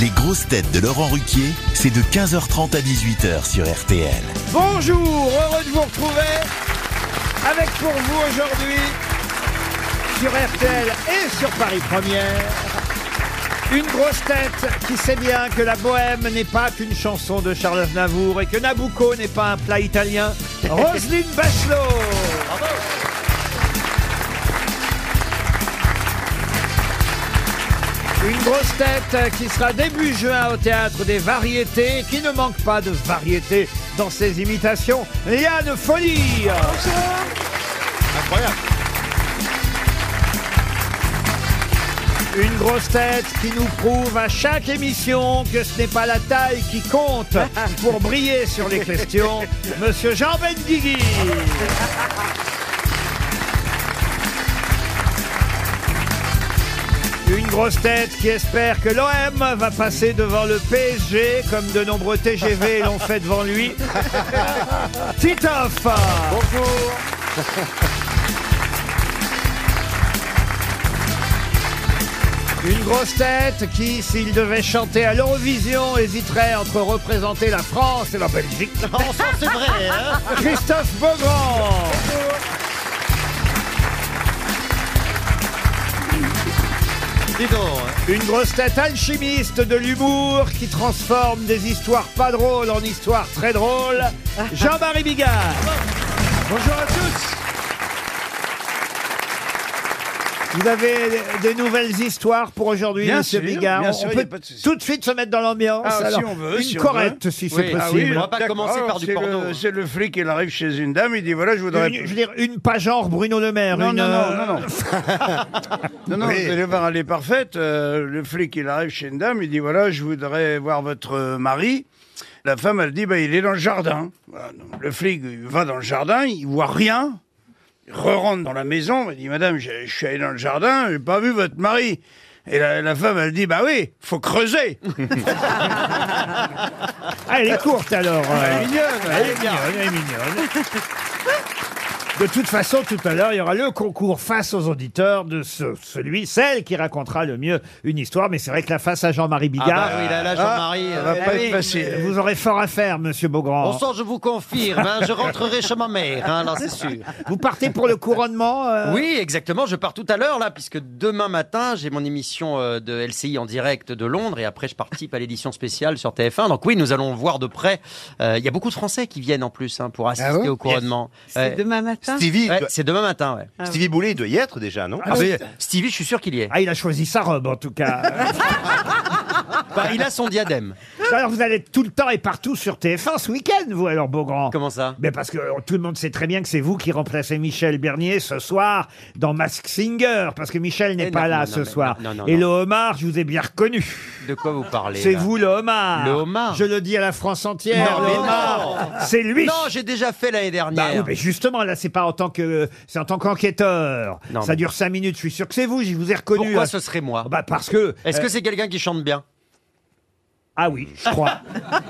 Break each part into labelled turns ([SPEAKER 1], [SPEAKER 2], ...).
[SPEAKER 1] Les grosses têtes de Laurent Ruquier, c'est de 15h30 à 18h sur RTL.
[SPEAKER 2] Bonjour, heureux de vous retrouver avec pour vous aujourd'hui sur RTL et sur Paris Première. Une grosse tête qui sait bien que la bohème n'est pas qu'une chanson de Charles Aznavour et que Nabucco n'est pas un plat italien. Roselyne Bachelot. Une grosse tête qui sera début juin au théâtre des variétés, qui ne manque pas de variété dans ses imitations. Yann Folie.
[SPEAKER 3] Incroyable.
[SPEAKER 2] Une grosse tête qui nous prouve à chaque émission que ce n'est pas la taille qui compte pour briller sur les questions, Monsieur Jean Benguigui. Une grosse tête qui espère que l'OM va passer devant le PSG comme de nombreux TGV l'ont fait devant lui. Titoff Bonjour Une grosse tête qui, s'il devait chanter à l'Eurovision, hésiterait entre représenter la France et la Belgique.
[SPEAKER 3] c'est vrai, hein
[SPEAKER 2] Christophe Beaugrand
[SPEAKER 3] Dis donc.
[SPEAKER 2] Une grosse tête alchimiste de l'humour qui transforme des histoires pas drôles en histoires très drôles. Jean-Marie Bigard. Bonjour à tous. Vous avez des nouvelles histoires pour aujourd'hui,
[SPEAKER 4] Bien
[SPEAKER 2] Monsieur
[SPEAKER 4] sûr,
[SPEAKER 2] Bigard.
[SPEAKER 4] bien
[SPEAKER 2] On-
[SPEAKER 4] sûr,
[SPEAKER 2] on
[SPEAKER 4] y a
[SPEAKER 2] peut
[SPEAKER 4] pas de souci.
[SPEAKER 2] tout de suite se mettre dans l'ambiance.
[SPEAKER 4] Ah, si
[SPEAKER 2] Alors,
[SPEAKER 4] on veut,
[SPEAKER 2] une
[SPEAKER 4] si on
[SPEAKER 2] correcte, si c'est
[SPEAKER 4] Oui,
[SPEAKER 2] possible.
[SPEAKER 4] ah oui,
[SPEAKER 2] Une-
[SPEAKER 4] alors,
[SPEAKER 3] va pas
[SPEAKER 4] d'accord.
[SPEAKER 3] commencer par
[SPEAKER 4] Alors,
[SPEAKER 3] du
[SPEAKER 4] c'est
[SPEAKER 3] porno,
[SPEAKER 4] le-
[SPEAKER 3] hein.
[SPEAKER 4] C'est le flic, il arrive chez une dame, il dit voilà, je voudrais.
[SPEAKER 2] je veux dire, une pas genre Bruno Le Maire.
[SPEAKER 4] Non,
[SPEAKER 2] une,
[SPEAKER 4] non, non,
[SPEAKER 2] euh,
[SPEAKER 4] non, non. non, non, vous allez voir, elle est parfaite. Euh, le flic, il arrive chez une dame, il dit voilà, je voudrais voir votre euh, mari. La femme, elle dit bah, il est dans le jardin. Voilà, donc, Le flic il va dans le jardin, il voit rien. Il re-rentre dans la maison, il dit madame, je, je suis allé dans le jardin, j'ai pas vu votre mari. Et la, la femme, elle dit bah oui, faut creuser.
[SPEAKER 2] Ah, elle est courte alors. euh.
[SPEAKER 4] mignonne.
[SPEAKER 2] Elle est mignonne, elle est mignonne. De toute façon, tout à l'heure, il y aura le concours face aux auditeurs de ce- celui, celle qui racontera le mieux une histoire. Mais c'est vrai que la face à Jean-Marie
[SPEAKER 3] Ah
[SPEAKER 2] Bigard,
[SPEAKER 3] bah oui, là, là, Jean-Marie.
[SPEAKER 4] Ça va
[SPEAKER 3] euh,
[SPEAKER 4] pas
[SPEAKER 3] oui.
[SPEAKER 4] être facile.
[SPEAKER 2] vous aurez fort à faire, Monsieur Beaugrand.
[SPEAKER 3] Bonsoir, je vous confirme, hein, je rentrerai chez ma mère, hein, là, c'est sûr.
[SPEAKER 2] Vous partez pour le couronnement euh,
[SPEAKER 3] Oui, exactement, je pars tout à l'heure, là, puisque demain matin, j'ai mon émission euh, de LCI en direct de Londres, et après, je participe à l'édition spéciale sur TF1. Donc oui, nous allons voir de près. Euh, Il y a beaucoup de Français qui viennent en plus hein, pour assister au couronnement.
[SPEAKER 5] C'est
[SPEAKER 3] Ouais.
[SPEAKER 5] demain matin Ah
[SPEAKER 6] Stevie, Ah
[SPEAKER 3] Ouais,
[SPEAKER 6] doit-
[SPEAKER 3] c'est demain matin, ouais.
[SPEAKER 6] Stevie Boulet, il doit y être déjà, non
[SPEAKER 3] Ah, mais Stevie, je suis sûr qu'il y est.
[SPEAKER 2] Ah, il a choisi sa robe en tout cas.
[SPEAKER 3] Bah, il a son diadème.
[SPEAKER 2] alors vous allez tout le temps et partout sur TF1 ce week-end, vous alors Beaugrand.
[SPEAKER 3] Comment ça
[SPEAKER 2] Mais parce que euh, tout le monde sait très bien que c'est vous qui remplacez Michel Bernier ce soir dans Mask Singer, parce que Michel n'est
[SPEAKER 3] Eh
[SPEAKER 2] pas
[SPEAKER 3] non,
[SPEAKER 2] là
[SPEAKER 3] non,
[SPEAKER 2] ce
[SPEAKER 3] non, mais
[SPEAKER 2] soir.
[SPEAKER 3] non, non,
[SPEAKER 2] et
[SPEAKER 3] non.
[SPEAKER 2] le homard, je vous ai bien reconnu.
[SPEAKER 3] De quoi vous parlez
[SPEAKER 2] C'est
[SPEAKER 3] là
[SPEAKER 2] vous le homard.
[SPEAKER 3] Le homard
[SPEAKER 2] Je le dis à la France entière.
[SPEAKER 3] Non,
[SPEAKER 2] le
[SPEAKER 3] mais
[SPEAKER 2] homard, c'est lui.
[SPEAKER 3] Non, j'ai déjà fait l'année
[SPEAKER 2] Bah oui,
[SPEAKER 3] dernière.
[SPEAKER 2] mais justement, là, c'est pas en tant que, c'est en tant qu'enquêteur.
[SPEAKER 3] Non,
[SPEAKER 2] Ça
[SPEAKER 3] mais-
[SPEAKER 2] dure cinq minutes. Je suis sûr que c'est vous. Je vous ai reconnu.
[SPEAKER 3] Pourquoi
[SPEAKER 2] Ah,
[SPEAKER 3] ce serait moi
[SPEAKER 2] bah parce que.
[SPEAKER 3] Est-ce
[SPEAKER 2] euh,
[SPEAKER 3] que c'est quelqu'un qui chante bien
[SPEAKER 2] ah oui, Ah, je crois.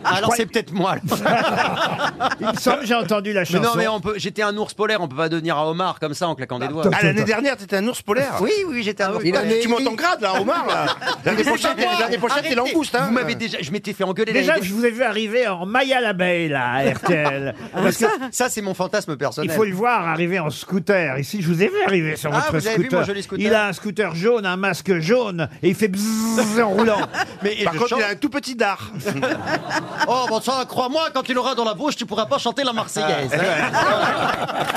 [SPEAKER 3] Alors
[SPEAKER 2] crois-
[SPEAKER 3] c'est peut-être moi. alors.
[SPEAKER 2] Il me semble que j'ai entendu la
[SPEAKER 3] mais
[SPEAKER 2] chanson.
[SPEAKER 3] non, mais on peut. J'étais un ours polaire. On peut pas devenir un homard comme ça en claquant des doigts.
[SPEAKER 2] toi-
[SPEAKER 6] Ah, l'année dernière, t'étais un ours polaire
[SPEAKER 3] Oui, oui, j'étais
[SPEAKER 2] Ah
[SPEAKER 3] un ours
[SPEAKER 6] Putain,
[SPEAKER 3] polaire.
[SPEAKER 6] Tu montes en grade, là, Omar, là
[SPEAKER 5] Ah,
[SPEAKER 6] L'année prochaine, t'es- l'année prochaine, t'es
[SPEAKER 3] Arrêtez.
[SPEAKER 6] langouste, hein
[SPEAKER 3] Vous m'avez déjà. Je m'étais fait engueuler.
[SPEAKER 2] Déjà,
[SPEAKER 3] l'année
[SPEAKER 2] je vous ai vu arriver en maille à l'abeille là, à RTL. Parce que
[SPEAKER 3] dernière. Ah, Ça, c'est mon fantasme
[SPEAKER 2] Il
[SPEAKER 3] personnel.
[SPEAKER 2] faut le voir arriver en scooter. Ici, je vous ai vu arriver sur
[SPEAKER 3] Ah,
[SPEAKER 2] votre
[SPEAKER 3] vous avez vu
[SPEAKER 2] scooter.
[SPEAKER 3] mon joli scooter
[SPEAKER 2] Il a un scooter jaune, un masque jaune, et il fait bzzz en roulant.
[SPEAKER 3] Mais et
[SPEAKER 6] Par
[SPEAKER 3] je
[SPEAKER 6] contre,
[SPEAKER 3] chante-
[SPEAKER 6] il a un tout petit dard.
[SPEAKER 3] oh bon sang, crois-moi, quand tu l'auras dans la bouche, tu pourras pas chanter la
[SPEAKER 2] Ah,
[SPEAKER 3] Marseillaise. hein.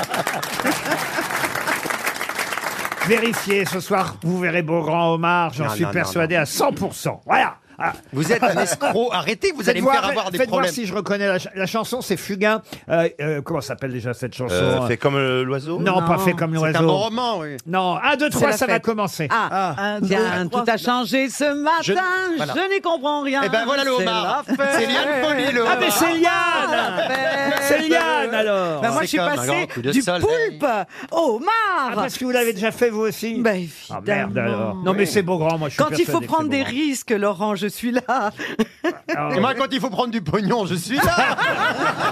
[SPEAKER 2] Vérifiez ce soir, vous verrez Beaugrand Omar, j'en
[SPEAKER 3] Non,
[SPEAKER 2] suis
[SPEAKER 3] non, non,
[SPEAKER 2] persuadé à 100%. Voilà. Ah,
[SPEAKER 3] vous êtes un escroc. Arrêtez, vous allez me
[SPEAKER 2] voir-
[SPEAKER 3] faire avoir des
[SPEAKER 2] faites voir
[SPEAKER 3] problèmes.
[SPEAKER 2] si je reconnais la, ch- la chanson, c'est Fugain. Euh, euh, comment s'appelle déjà cette chanson
[SPEAKER 6] Euh,
[SPEAKER 2] hein
[SPEAKER 6] Fais comme euh, l'oiseau
[SPEAKER 2] non, pas
[SPEAKER 5] Non,
[SPEAKER 2] fait comme
[SPEAKER 3] C'est un bon
[SPEAKER 2] l'oiseau.
[SPEAKER 3] roman. Oui.
[SPEAKER 2] Non, 1, 2, 3,
[SPEAKER 5] la
[SPEAKER 2] ça va
[SPEAKER 5] fête.
[SPEAKER 2] commencer.
[SPEAKER 5] Ah, un, deux, bien, tout a changé ce matin,
[SPEAKER 3] Je-
[SPEAKER 5] je,
[SPEAKER 3] voilà.
[SPEAKER 5] n'y comprends rien.
[SPEAKER 3] Eh ben voilà le
[SPEAKER 5] C'est
[SPEAKER 3] homard.
[SPEAKER 5] la fête.
[SPEAKER 3] C'est Liane Folie le
[SPEAKER 2] Ah,
[SPEAKER 3] homard.
[SPEAKER 2] mais c'est Liane
[SPEAKER 3] Ah.
[SPEAKER 5] Fête.
[SPEAKER 2] C'est Liane alors
[SPEAKER 5] Ben, moi,
[SPEAKER 3] C'est
[SPEAKER 5] je suis
[SPEAKER 3] comme un grand
[SPEAKER 5] passé
[SPEAKER 3] coup de hein.
[SPEAKER 5] du
[SPEAKER 3] soleil.
[SPEAKER 5] poulpe au
[SPEAKER 2] Ah,
[SPEAKER 3] bah,
[SPEAKER 5] mar.
[SPEAKER 2] parce que vous l'avez déjà fait vous aussi
[SPEAKER 5] Ben,
[SPEAKER 2] Ah merde
[SPEAKER 5] évidemment.
[SPEAKER 2] alors. Non mais c'est Beaugrand, moi je suis
[SPEAKER 5] Quand il faut
[SPEAKER 2] persuadé que
[SPEAKER 5] prendre
[SPEAKER 2] c'est
[SPEAKER 5] des
[SPEAKER 2] Beaugrand.
[SPEAKER 5] risques, Laurent, je je suis là.
[SPEAKER 2] Alors,
[SPEAKER 3] Et moi, quand il faut prendre du pognon, je suis là.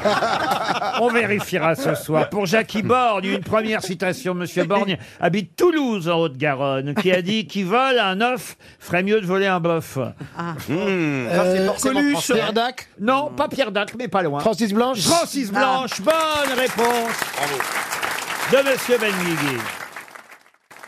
[SPEAKER 2] Ah, on vérifiera ce soir. Pour Jackie Borgne, une première citation. Monsieur Borgne habite Toulouse, en Haute-Garonne, qui a dit Qui vole un œuf ferait mieux de voler un bœuf. Euh,
[SPEAKER 3] Coluche.
[SPEAKER 2] Non, pas Pierre Dac, mais pas loin.
[SPEAKER 5] Ah.
[SPEAKER 7] Francis Blanche
[SPEAKER 2] Francis Blanche, bonne réponse de Monsieur Benguigui.